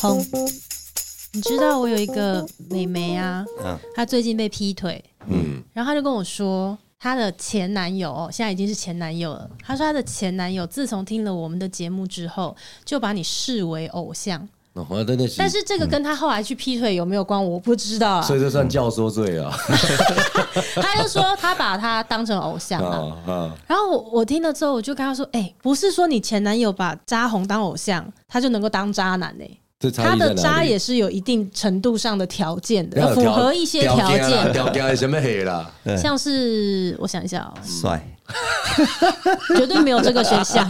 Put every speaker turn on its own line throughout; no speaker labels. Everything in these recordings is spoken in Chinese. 砰！你知道我有一个妹妹啊，
嗯
她最近被劈腿，
嗯
然后她就跟我说，她的前男友哦现在已经是前男友了。她说她的前男友自从听了我们的节目之后，就把你视为偶像。
哦，那真的是，
但是这个跟她后来去劈腿有没有关，我不知道啊
所。以这算教唆罪啊！
她就说她把他当成偶像
啊
了。
啊，
然后我我听了之后，我就跟她说：“哎、不是说你前男友把渣红当偶像，他就能够当渣男呢、欸
这
他
差异在
的
哪里
渣也是有一定程度上的条件的，
要
要
有
符
条
合一些
啊
条
件啦，
件，
条件是什么 黑啦？
像是我想一下、哦，
帅，
绝对没有这个选 项。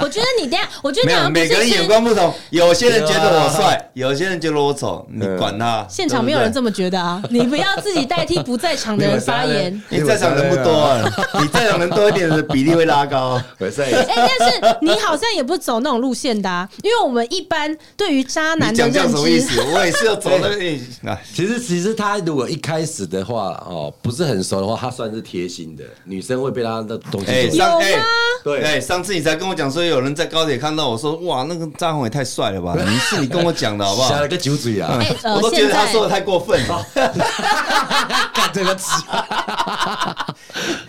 我觉得你等一下，我觉得你
没
好
有
像不是
每个人眼
先
光不同，有些人觉得我
对
帅，有些人觉得我丑，你管他。
现场没有人
对
这么觉得啊，你不要自己代替不在场的人发 言。
不对，因为在场人不多，啊，你在场人多一点的比例会拉高。
我在
哎、但是你好像也不走那种路线的、啊，因为我们一般对于渣 男
你
的
讲这样
认
什么意
知，
思？我也是要走 那个。哎
其实，其实他如果一开始的话，哦，不是很熟的话，他算是贴心的，女生会被他的东西所
哎，
影响。
上
有
哎
吗，
对
哎，上次你才跟我讲说有人在高铁看到我说，哇，那个张宏也太帅 了吧？你是你跟我讲的好不
下
好
了？个酒嘴啊
哎、！呃，
我都觉
现
得他说的
在
太过 分了。
干这个词，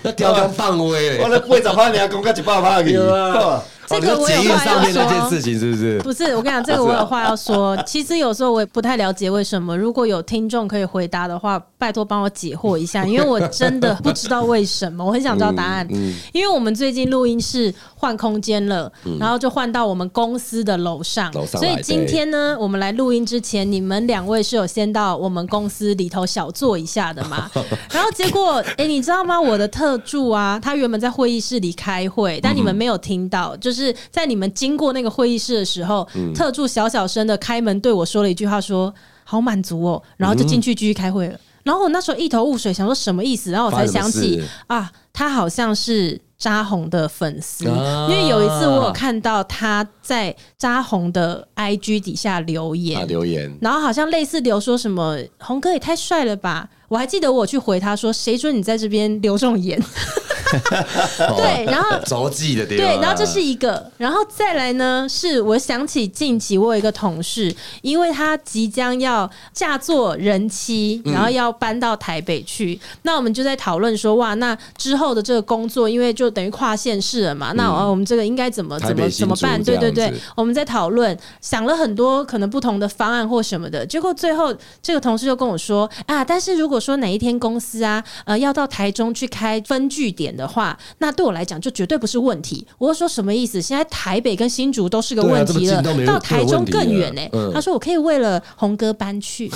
那调羹放 威
我。那不会找他，你要公开一百趴去。哦
有啊
这个我有
节义
话要
上面那件
说
事情是不是？
不是我跟你讲，这个我有话要说。其实有时候我也不太了解为什么，如果有听众可以回答的话，拜托帮我解惑一下，因为我真的不知道为什么，我很想知道答案。
嗯
因为我们最近录音室换空间了，然后就换到我们公司的楼上，
嗯楼上
所
来
以今天呢，我们来录音之前，你们两位是有先到我们公司里头小坐一下的 嘛？然后结果，哎、你知道吗？我的特助啊，他原本在会议室里开会，
嗯
但你们没有听到，就是在你们经过那个会议室的时候，
嗯
特助小小声的开门对我说了一句话说好满足哦，
嗯
然后就进去继续开会了。然后我那时候一头雾水，想说什么意思，然后我才
发生什么
想起
事
啊，他好像是扎红的粉丝，
啊
因为有一次我有看到他在扎红的 IG 底下留言，
啊，留言
然后好像类似留说什么“红哥也太帅了吧”，我还记得我去回他说：“谁准你在这边留这种言？”
哦
对，然后
着急哦的对啊吧
对，然后 这是一个，然后再来呢，是我想起近期我有一个同事，因为她即将要嫁作人妻，
嗯
然后要搬到台北去，那我们就在讨论说，哇，那之后的这个工作，因为就等于跨县市了嘛，那哦我们这个应该怎么
嗯台
怎
北
么
新
怎
竹
么办？对对
这样
对
子，
我们在讨论，想了很多可能不同的方案或什么的，结果最后这个同事就跟我说啊，但是如果说哪一天公司啊，呃，要到台中去开分据点的话，那对我来讲就绝对不是问题。我就说什么意思？现在台北跟新竹都是个
对啊
问
这么
题了，
近都没有
到台中更远呢、
都有问题了嗯
他说我可以为了红哥搬去，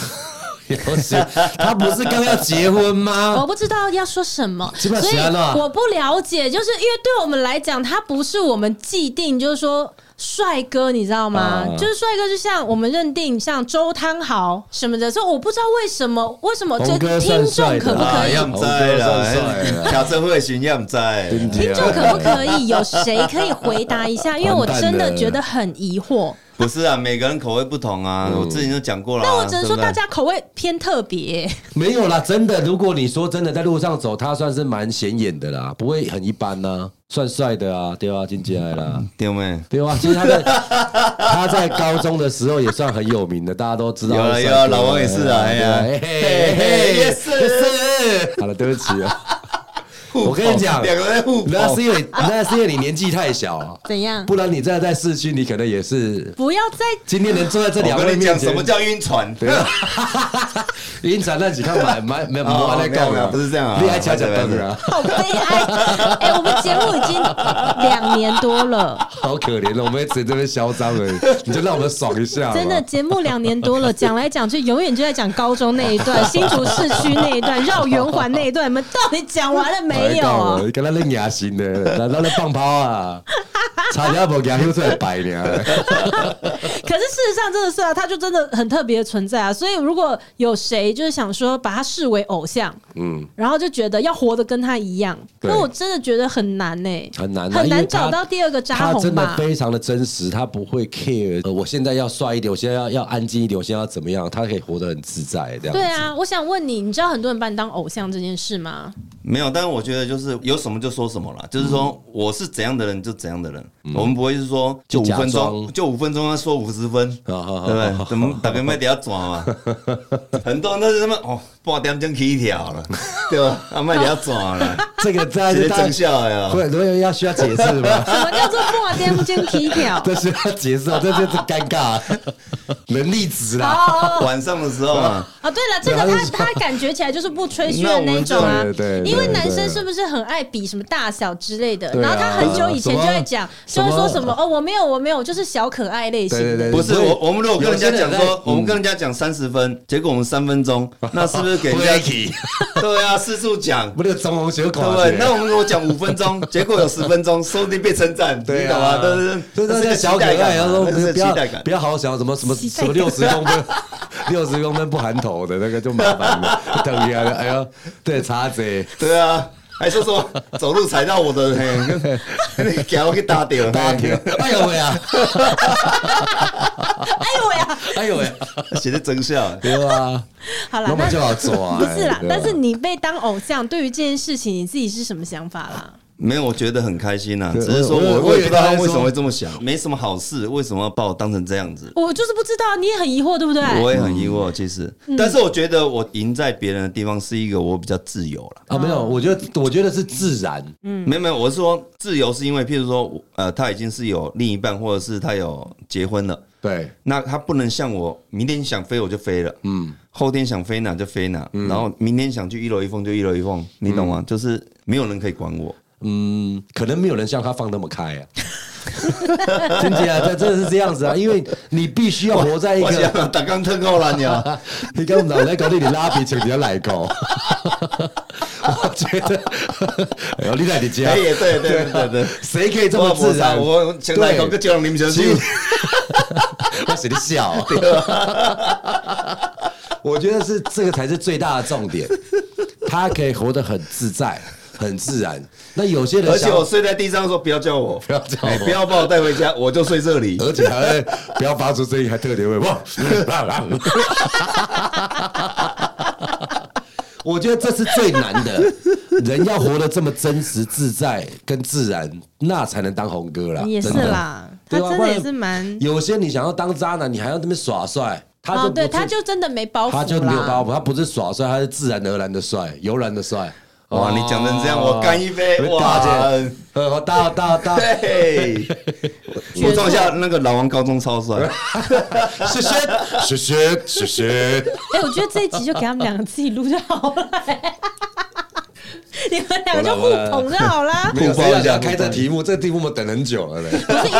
不是他不是刚要结婚吗
我？不知道要说什么，
基本
所
上
以
是安娜
我不了解，就是因为对我们来讲，他不是我们既定，就是说。帅哥，你知道吗？
啊
就是帅哥，就像我们认定像周汤豪什么的，所以我不知道为什么，为什么这
红哥
听
算帅
众
的
可不
啊，
可以？
要唔 知
啊
啦，哎
啦
调整会选要唔知。
听众
啊
可不可以有谁可以回答一 下？因为我真的觉得很疑惑。
不是啊，每个人口味不同啊，
嗯
我之前就讲过了啊。
那我只能说
对不对
大家口味偏特别、
没有啦，真的。如果你说真的在路上走，他算是蛮显眼的啦，不会很一般呐、算帅的啊，对啊，进进来啦。
对没？
对啊，其实他在他在高中的时候也算很有名的，大家都知道
有
他
了
是帅
有
哥。
了，老王也是啊，哎
对
呀，
嘿
嘿嘿
嘿嘿，
嘿，
也
也是。
是也是。好了，对不起啊，我跟你讲
两个人在互
那是
捧。
因为那是因为你年纪太小啊，
怎样？
不然你站在市区，你可能也是
不要再
今天能坐在这两
我
位
跟你
面
讲，
前啊
什么。叫晕船？
因咱那几看买买没有
哦
我在
没有
讲
没有
啊，
不是这样啊
你还讲讲凳子啊，
好悲哀！哎、我们节目已经两年多了，
好可怜的，哦我们只这边嚣张而已，你就让我们爽一下。
真的，节目两年多了，讲来讲去永远就在讲高中那一 段、新竹市区那一段、绕圆环那一段，你们到底讲完了没有啊？
跟他扔牙心的，难道在放炮 啊？差点把牙丢出来摆呢。
可是事实上，真的是啊，他就真的很特别的存在啊。所以如果有谁就是想说把他视为偶像，嗯，然后就觉得要活得跟他一样，
对
那我真的觉得很难呢、
很难啊
很
因为
难
他
找到第二个扎
他
红
真的
吧。
非常的真实，他不会 care、呃我现在要帅一点，我现在要要安静一点，我现在要怎么样？他可以活得很自在，这样。
对啊，我想问你，你知道很多人把你当偶像这件事吗？
没有，但是我觉得就是有什么就说什么啦，就是说我是怎样的人就怎样的人，我们不会是说就五
嗯就假
分钟，
装啊
就五分钟要说五十分，对
好好好
不对？怎么大家卖点转 嘛？很多人都是什么哦，半点钟起跳 了，对吧？啊，卖点转了，
这个在
直接正效呀。
会都要需要解释吗？
什么叫做破天间皮条？
这需要解释啊， 这就是尴尬，能力值啊
哦
啦。
哦哦
晚上的时候嘛，
哦，对了，这个他他感觉起来就是不 吹嘘的那种啊
那我们就对对，对
因为男生是不是很爱比什么大小之类的？
对啊
然后他很久以前就在讲，就
什
是
么
说什么哦，我没有，我没有，就是小可爱类型的。
不是
对
我，我们如果跟人家讲
有些人
说
在，嗯
我们跟人家讲三十分，结果我们三分 钟，那是不是给人家？对啊，四处讲，
不那个中红血
对
垮
不
了
对？那我们如果讲五分钟， 结果有十分钟，说不定被称赞，
对啊
你懂吗？对对对，
就是
那
那
是
个
个
小
期
可
待
爱，
感
然
嘛，
后
那是个
不
期待
要
感
不。要好想什么什么什么六十公分，六十公分不含头的那个就麻烦了，等于啊，哎呦，对，差贼
对啊，还是说走路踩到我的， 嘿，给我给打掉，
八条，哎呦喂啊，
哎呦喂 啊！
哎呦喂，
嘿，写的真相。
对啊，
好了
那，么
那
就好走啊，
不是啦
哎，对吧
但是你被当偶像，对于这件事情你自己是什么想法啦？
没有，我觉得很开心啊，
对
只是说
我我
我
我
我也
以为
不知道
他
他
在
为什
说
么会这么想，没什么好事，为什么要把我当成这样子？
我就是不知道，你也很疑惑，对不哦对？
我也很疑惑，其实，但是我觉得我赢在别人的地方是一个我比较自由了。
啊，没有，我觉得我觉得是自然，
没有没有，我是说自由是因为，譬如说，呃，他已经是有另一半，或者是他有结婚了，
对，
那他不能像我，明天想飞我就飞了，嗯，后天想飞哪就飞哪，然后明天想去一楼一凤就一楼一凤，你懂吗？就是没有人可以管我。
嗯，可能没有人像他放那么开啊。真的啊，这真的是这样子啊，因为你必须要活在一
我想
个，
打钢特够了你啊，
你跟我们老在搞地里拉皮，请比较奶狗。我觉得，哎呦，你来你家
哎，，也 对对对对，
谁可以 这
我
么
也不
自
知道
然？
我请来搞个
对
九龙林小
其
去
实。 我谁的笑啊？
啊
我觉得是这个才是最大的重点，他可以活得很自在、很自然。那有些人
而
想
且
要，
我睡在地上说不要叫我，不
要叫我
不要把我带回家，我就睡这里。
而且还会不要发出声音，还特别会汪汪汪。 我觉得这是最难的，人要活得这么真实、自在跟自然，那才能当红哥啦。
也是
真的
啦，他
对吧
真
不
的
然
也是蛮……
有些你想要当渣男，你还要那边耍帅，他
哦
就，
对，
不是
他就真的没包袱啦，
他就没有包袱，他不是耍帅，他是自然而然的帅，油然的帅。
哇，你讲成这样，我干一杯！哇
哦大，姐，呃，我大大 大，
对，补充一下，那个老王高中超帅，
谢谢谢谢谢谢。
哎、我觉得这一集就给他们两个自己录就好了、 你们两个就互捧就好啦。
没有
互
谁
爆一下
要讲
互爆
开这题目，这题目我们等很久 了嘞。
不是因为，因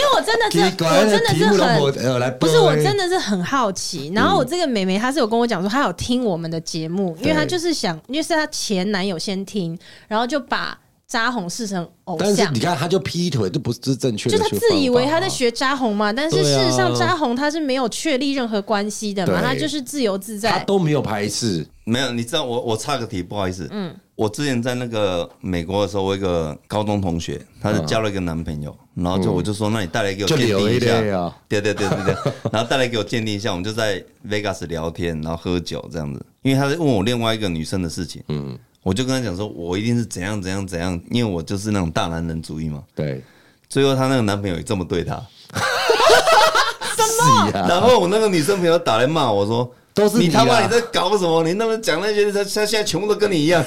为我真的是，
奇怪，
我真的
题
是
目都没
很。
有来，欸
不是，我真
的
的是很好奇。然后我这个妹妹她是有跟我讲说，她有听我们的节目，因为她就是想，因为是她前男友先听，然后就把扎红视成偶
但是
像
你。看，他就劈腿，这不是正确
就
的
她
方法。
自以为她在学扎红嘛，但是
对啊
事实上扎红她是没有确立任何关系的嘛，
对
她就是自由自
他
在。
都没有排斥，
没有，你知道我我岔个题，不好意思，嗯，我之前在那个美国的时候，我有一个高中同学，她是交了一个男朋友，然后就我就说，那你带来给我
嗯就
鉴定
留一
一下
类啊，
对对对对对， 然后带来给我鉴定一下，我们就在 Vegas 聊天，然后喝酒这样子，因为她在问我另外一个女生的事情，嗯，我就跟她讲说，我一定是怎样怎样怎样，因为我就是那种大男人主义嘛，
对，
最后她那个男朋友也这么对她。
啊是呀，
然后我那个女生朋友打来骂我说：“
都是
你
你
他妈
啊
你在搞什么？你那么讲那些，他他现在全部都跟你一样。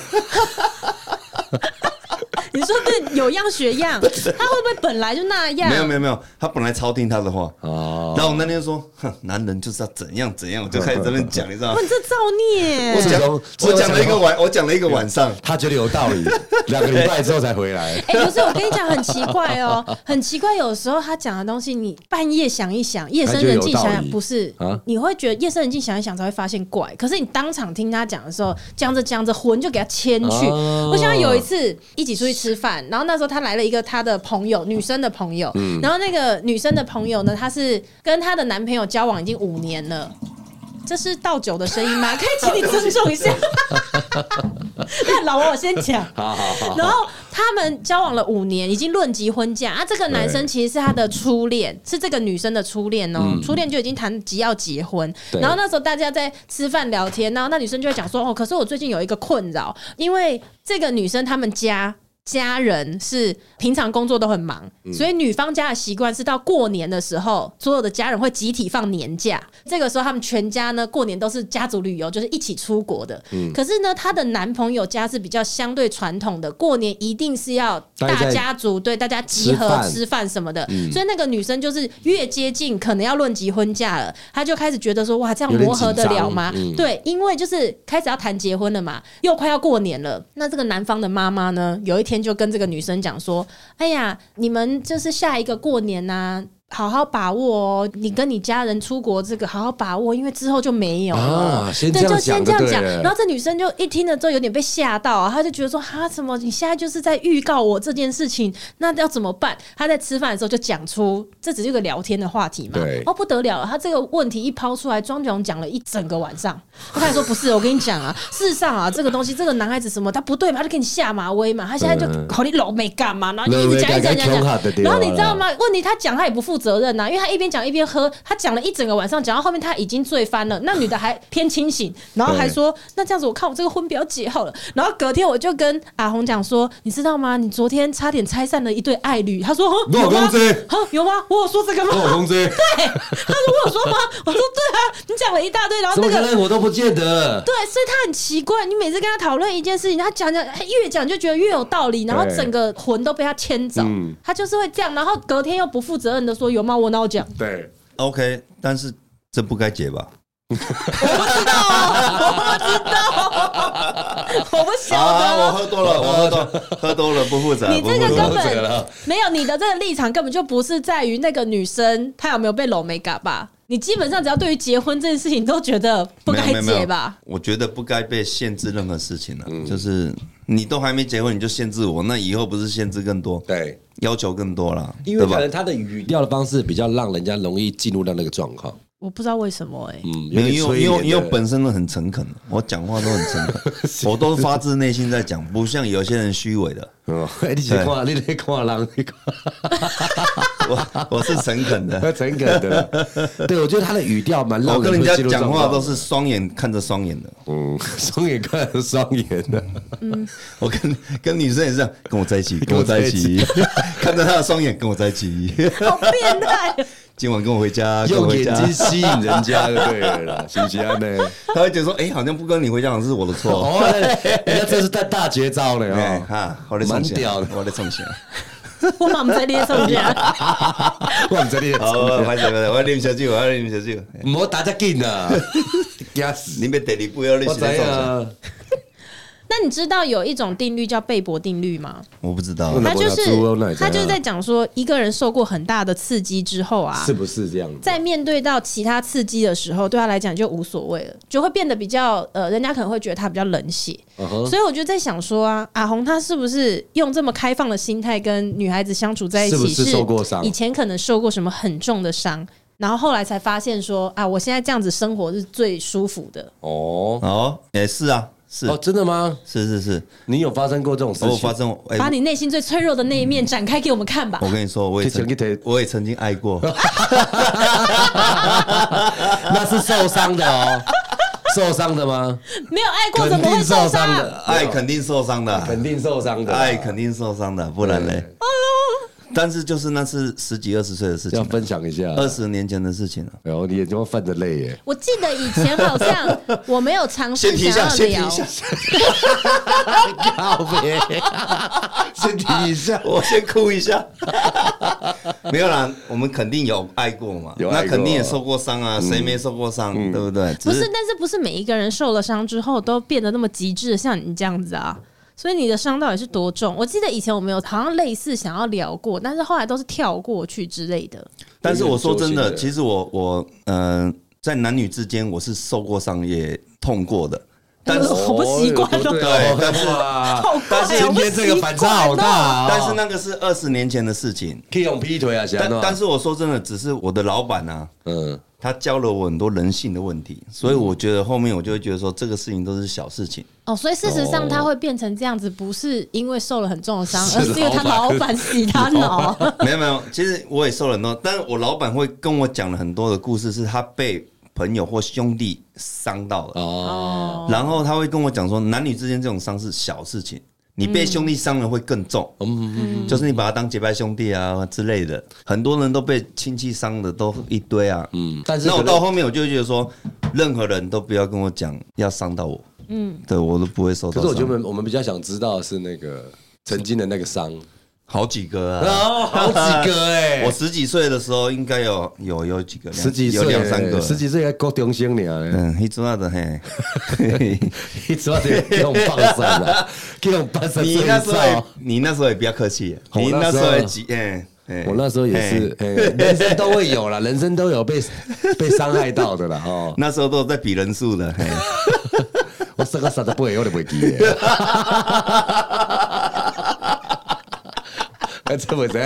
你说对，有样学 样，她会不会本来就那样？
没有没有没有，他本来超听他的话。
哦，
然后我那天说，哼，男人就是要怎样怎样，我就开始在那边讲，你知道吗
哇，？你这造
我
孽！欸
讲
这种这
我
种
讲了一个
讲
晚，我讲了一个晚上。
嗯
他觉得有道 理，两个礼拜之后才回来。
哎、不是，我跟你讲，很奇怪哦，很奇怪。有时候他讲的东西，你半夜想一想，夜深人静想
感觉有道
想，
理
不是，
啊
你会觉得夜深人静想一想才会发现怪。可是你当场听他讲的时候，讲着讲着魂就给他牵去。
哦
我想到有一次一起出去吃饭，然后那时候他来了一个他的朋友，女生的朋友，
嗯
然后那个女生的朋友呢，她是跟她的男朋友交往已经五年了。这是倒酒的声音吗？可以请你尊重一下。 那老王，我先讲。
好好好，
然后他们交往了五年，已经论及婚嫁啊。这个男生其实是他的初恋，是这个女生的初恋哦、初恋就已经谈及要结婚。
对
然后那时候大家在吃饭聊天，然后那女生就会讲说：“哦，可是我最近有一个困扰，因为这个女生他们家。”家人是平常工作都很忙，
嗯
所以女方家的习惯是到过年的时候，所有的家人会集体放年假。这个时候，他们全家呢过年都是家族旅游，就是一起出国的。
嗯
可是呢，她的男朋友家是比较相对传统的，过年一定是要
待
大
在
家族对大家集合
吃饭嗯
吃饭什么的。所以那个女生就是越接近可能要论及婚嫁了，她就开始觉得说哇，这样
有点
磨合得
紧张
了吗？
嗯
对，因为就是开始要谈结婚了嘛，又快要过年了。那这个男方的妈妈呢，有一天就跟这个女生讲说：“哎呀，你们就是下一个过年呐、好好把握哦，你跟你家人出国这个好好把握，因为之后就没有了。
啊先
对，
这样
就先
讲
这样
就对
讲。
了
然后这女生就一听了之后有点被吓到、啊，她就觉得说：“哈，什么？你现在就是在预告我这件事情，那要怎么办？”她在吃饭的时候就讲出，这只是一个聊天的话题嘛。
对
哦，不得了了，她这个问题一抛出来，庄炯讲了一整个晚上。我开始说不是，我跟你讲 啊，事实上啊，这个东西，这个男孩子什么，他不对嘛，他就给你下马威嘛，他现在就
嗯
口里老没干嘛，然后就一直讲一直讲一直讲，然后你知道吗？问题他讲他也不负责任啊呐、因为他一边讲一边喝，他讲了一整个晚上，讲到后面他已经醉翻了，那女的还偏清醒，然后还说那这样子我看我这个婚不要结好了。然后隔天我就跟阿红讲说，你知道吗？你昨天差点拆散了一对爱侣。他说哦，
我哦
有吗
公司？
哦，有吗？我有说这个吗？
我工资，
对，他说我有说吗？我说对啊，你讲了一大堆，然后
怎
那
么
个
可能我都不见得？
对，所以他很奇怪。你每次跟他讨论一件事情，他讲讲，他越讲就觉得越有道理，然后
对
整个魂都被他牵走。
嗯
他就是会这样，然后隔天又不负责任的说有吗？我哪有 讲？
对，
OK，但是这不该结吧？
我不晓得。
啊
啊
我喝多了，
哦
我喝多了，喝多了不负责，
你
不
这个
负
根
责。
这个
本
了
没有你的这个立场，根本就不是在于那个女生她有没有被搂没嘎吧？你基本上只要对于结婚这件事情，你都觉得不
没有
该
没有没有
结吧？嗯
我觉得不该被限制任何事情了、就是你都还没结婚你就限制我，那以后不是限制更多，
对，
要求更多啦，
因为
对吧
可能？他的语调的方式比较让人家容易进入到那个状况。
我不知道为什么哎、
嗯，
没有，
点
因
催
为因为
眠
因为
的
我本身都很诚恳，我讲话都很诚恳，我都发自内心在讲，不像有些人虚伪的，
哦， 哎你是看你在看人，你看。
我我是诚恳 的，
诚恳的， 对我觉得他的语调蛮让
我跟
哦人
人家
会进入
讲话
状况
都是双眼看着双眼的，
嗯， 双眼看着双眼啊的，
我跟跟女生也是这样，跟我在一起，跟
跟
我
我
在
在
一
一起
起，看着她的双眼，跟我在一起，
好变 态！
今晚跟我回家，跟我
用
回
眼
家，
睛吸引人家就对了 啦，是不是啊？呢？
她会觉得说，哎，好像不跟你回家，好像是我的错。
哦， 人家这是大大绝招 了
哎
哦，
哈，我在
蛮
创新，
屌的，
我在创新。
我妈妈在列上去，
我们这里
好，我拍手，我啉小酒，我啉小酒。
唔好打只劲 啊，惊死！
你别第二步要你
我
是
知
在创啥？
啊，
那你知道有一种定律叫贝博定律吗？
我不知道
不，能
他就
那不能
是
吃
他就是在讲说，一个人受过很大的刺激之后啊
是，不是这样子？
在面对到其他刺激的时候，对他来讲就无所谓了，就会变得比较呃，人家可能会觉得他比较冷血。
嗯哼
所以我就在想说啊，阿红她是不是用这么开放的心态跟女孩子相处在一起，
是不是受过伤
以前可能受过什么很重的伤，然后后来才发现说啊，我现在这样子生活是最舒服的。
哦
哦，也是啊，是
哦，真的吗？
是是是，
你有哦发生过这种事
我有
情？
发生，哎
把，你内心最脆弱的那一面展开给我们看吧。
哦
我跟你说，我也曾
去前去提
我也曾经爱 过，
那是受伤的哦， 受伤的吗？
没有爱过
肯
怎么会
定
受伤
受
啊
伤？的，
爱肯定受伤的啊，
哎肯定受伤的，
爱肯定受伤的，不然嘞。但是就是那是十几二十岁的事情
要
啊，
分享一下。
二十年前的事情了。啊
然后你眼睛会泛着泪耶，
我记得以前好像我没有尝试想要聊，
告别，先提一 下。
我先哭一下。 没有啦，我们肯定有爱过嘛，
有爱
那
过嗯
肯定也受过伤啊，谁没受过伤，对不对？
不
只
是，但是不是每一个人受了伤之后都变得那么极致，像你这样子啊？所以你的伤到底是多重？我记得以前我们有好像类似想要聊过，但是后来都是跳过去之类的。
但是我说真
有
的，
点揪心的
其实我我嗯、呃在男女之间我是受过伤也痛过的，但 是、
我不习惯哦
对但是
好怪哦
今天这个反差好大、哦，
但是那个是二十年前的事情。
可以用劈腿啊，
但
想到，
但是我说真的，只是我的老板啊，
嗯，
他教了我很多人性的问题，所以我觉得后面我就会觉得说这个事情都是小事情。
哦，所以事实上
哦
他会变成这样子，不是因为受了很重的伤，
是
而是因为他
老
老
板
板洗他脑。
没有没有，其实我也受了很多，但是我老板会跟我讲了很多的故事，是他被朋友或兄弟伤到了，
哦，
哦，
然后他会跟我讲说，男女之间这种伤是小事情，你被兄弟伤了会更重，嗯，就是你把他当结拜兄弟啊之类的，很多人都被亲戚伤的都一堆啊，嗯，
但是
那我
可能
到后面我就会觉得说，任何人都不要跟我讲要伤到我，嗯，对我都不会受到
可
伤。
是我觉得我们我们比较想知道的是那个曾经的那个伤
好几个啊，
哦，好几个哎
我十几岁的时候应该有有有几个，两
十几岁
有两三个，
十几岁还高中生呢，
嗯，一抓的嘿， 嘿
一抓就给我们放生了，给我们放生。
你那时候也你那时候也不要客气，
我
你
那
那
时
时
候
候也急，嗯，嘿
我那时候也 是，，
嘿
哎人生都会有啦， 人生都有被被伤害到的啦，哦，
那时候都在比人数的，哎嘿
我这个啥都不会，我都不会记得。 啊，这么子，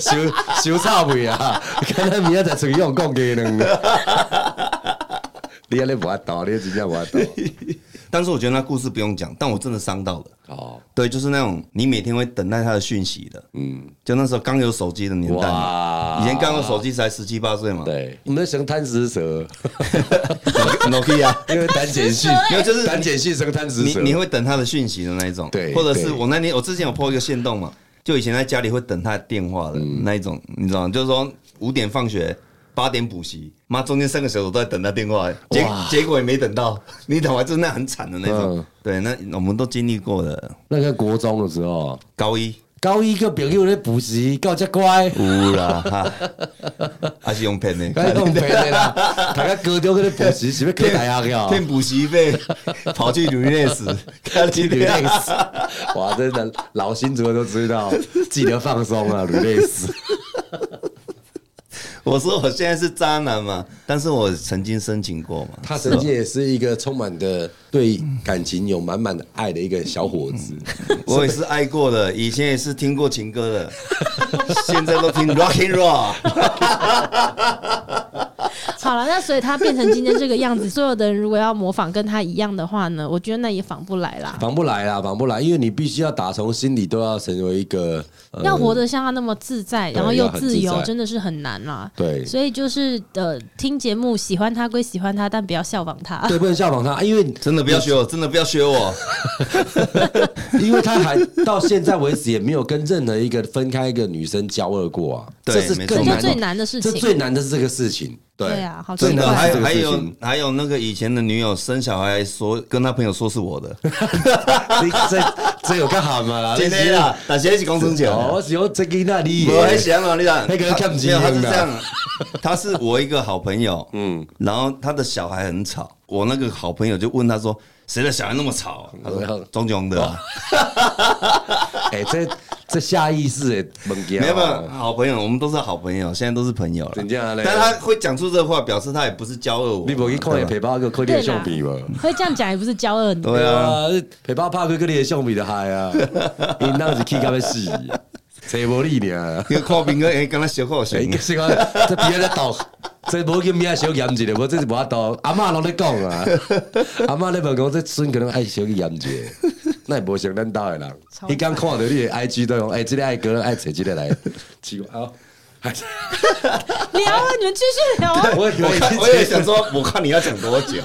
修修臭屁啊！可能明仔载出去用讲鸡卵。 你安尼无法度，你真正无法 度。
但是我觉得那故事不用讲，但我真的伤到了。
哦，
对，就是那种你每天会等待他的讯息的，嗯，就那时候刚有手机的年代嘛，
哇
以前刚有手机才十七八岁嘛，
对，我们在生贪食蛇，
，Nokia，
因为单简讯，
没有就是
单简讯生贪食
你
蛇。
你会等他的讯息的那一种，
对
或者是
对
我那年我之前有破一个线动嘛，就以前在家里会等他的电话的那一
嗯
种，你知道吗？就是说五点放学。八点补习，妈中间三个小时我都在等他电话，结结果也没等到，你懂吗？就是那很惨的那种。
嗯
对，那我们都经历过的。
那个国中的时候，
高一
高一个朋友咧补习，够遮乖。
有 啦，哈，还是用骗的，
该弄赔的 啦，大家高中嗰啲补习是要考大学嘅哦
骗补习 费，跑去 relax，看去 relax，
，relax，哇， 真的老新族的都知道，记得放松啊，relax。
我说我现在是渣男嘛，但是我曾经申请过嘛，
他曾经也是一个充满的对感情有满满的爱的一个小伙子，
我也是爱过的，以前也是听过情歌 的，现在都听 rock and roll。
好了，那所以他变成今天这个样子，所有的人如果要模仿跟他一样的话呢，我觉得那也仿不来啦。
防不来啦，防不来，因为你必须要打从心里都要成为一个，呃
要活得像他那么自在，
对
然后又
要很
自
自
由，
在
真的是很难啦。
对
所以就是呃，听节目喜欢他归喜欢他，但不要效仿他。
对，不能效仿他，啊因为
真的不要学我，真的不要学我。
因为他还到现在为止也没有跟任何一个分开一个女生交恶过啊，
对
这是
没错
更
这
难
就最难的
的，
事
这
情。
最难的是这个事情，对
对啊好
最
真
奇
难
的，
怪
的
还
是这
有还
个事
有
情。
还有那个以前的女友生小孩说跟她朋友说是我的，
你这这有干哈嘛啦？
今天啊啦，但现在是公生球。
哦，我是用这个那里，
我还想啊，你讲
那个人看不起
没有，他是
人的
这样，他是我一个好朋友， 嗯，然后他的小孩很吵，我那个好朋友就问他说：“谁的小孩那么吵啊？”他
然后
说：“中中的啊。
哎，这这下意识的问题啊，
没有没有，好朋友，我们都是好朋友，现在都是朋友了。
怎样嘞
但他会讲出这话，表示他也不是骄傲我。
你无去看
对
你
吧
皮包个看你的相片无？
会这样讲也不是骄傲 你，
对啊，，
皮包拍去看你的相片就嗨 啊！你那是气到要死，找无你呢？
因为靠兵哥哎，跟他小靠
哎，
学。
就是讲这别咧斗，这无叫咩小严一个，无这是无法度。阿嬷拢咧讲 啊，阿嬷咧问讲这孙可能爱哎小去哎严一个，那也无像咱兜的人。伊刚看到你的 IG 都讲，哎，这个爱哥爱找这个来，奇怪 啊！
聊啊，你们继续聊啊。
我也
我看我也想说，我 看你要讲多久。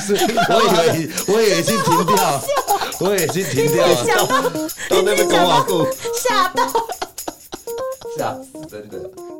是，我以为我也已经停掉， 我也已经停掉了，
想到啊
到那边跟我讲话
吓到。
吓死真的。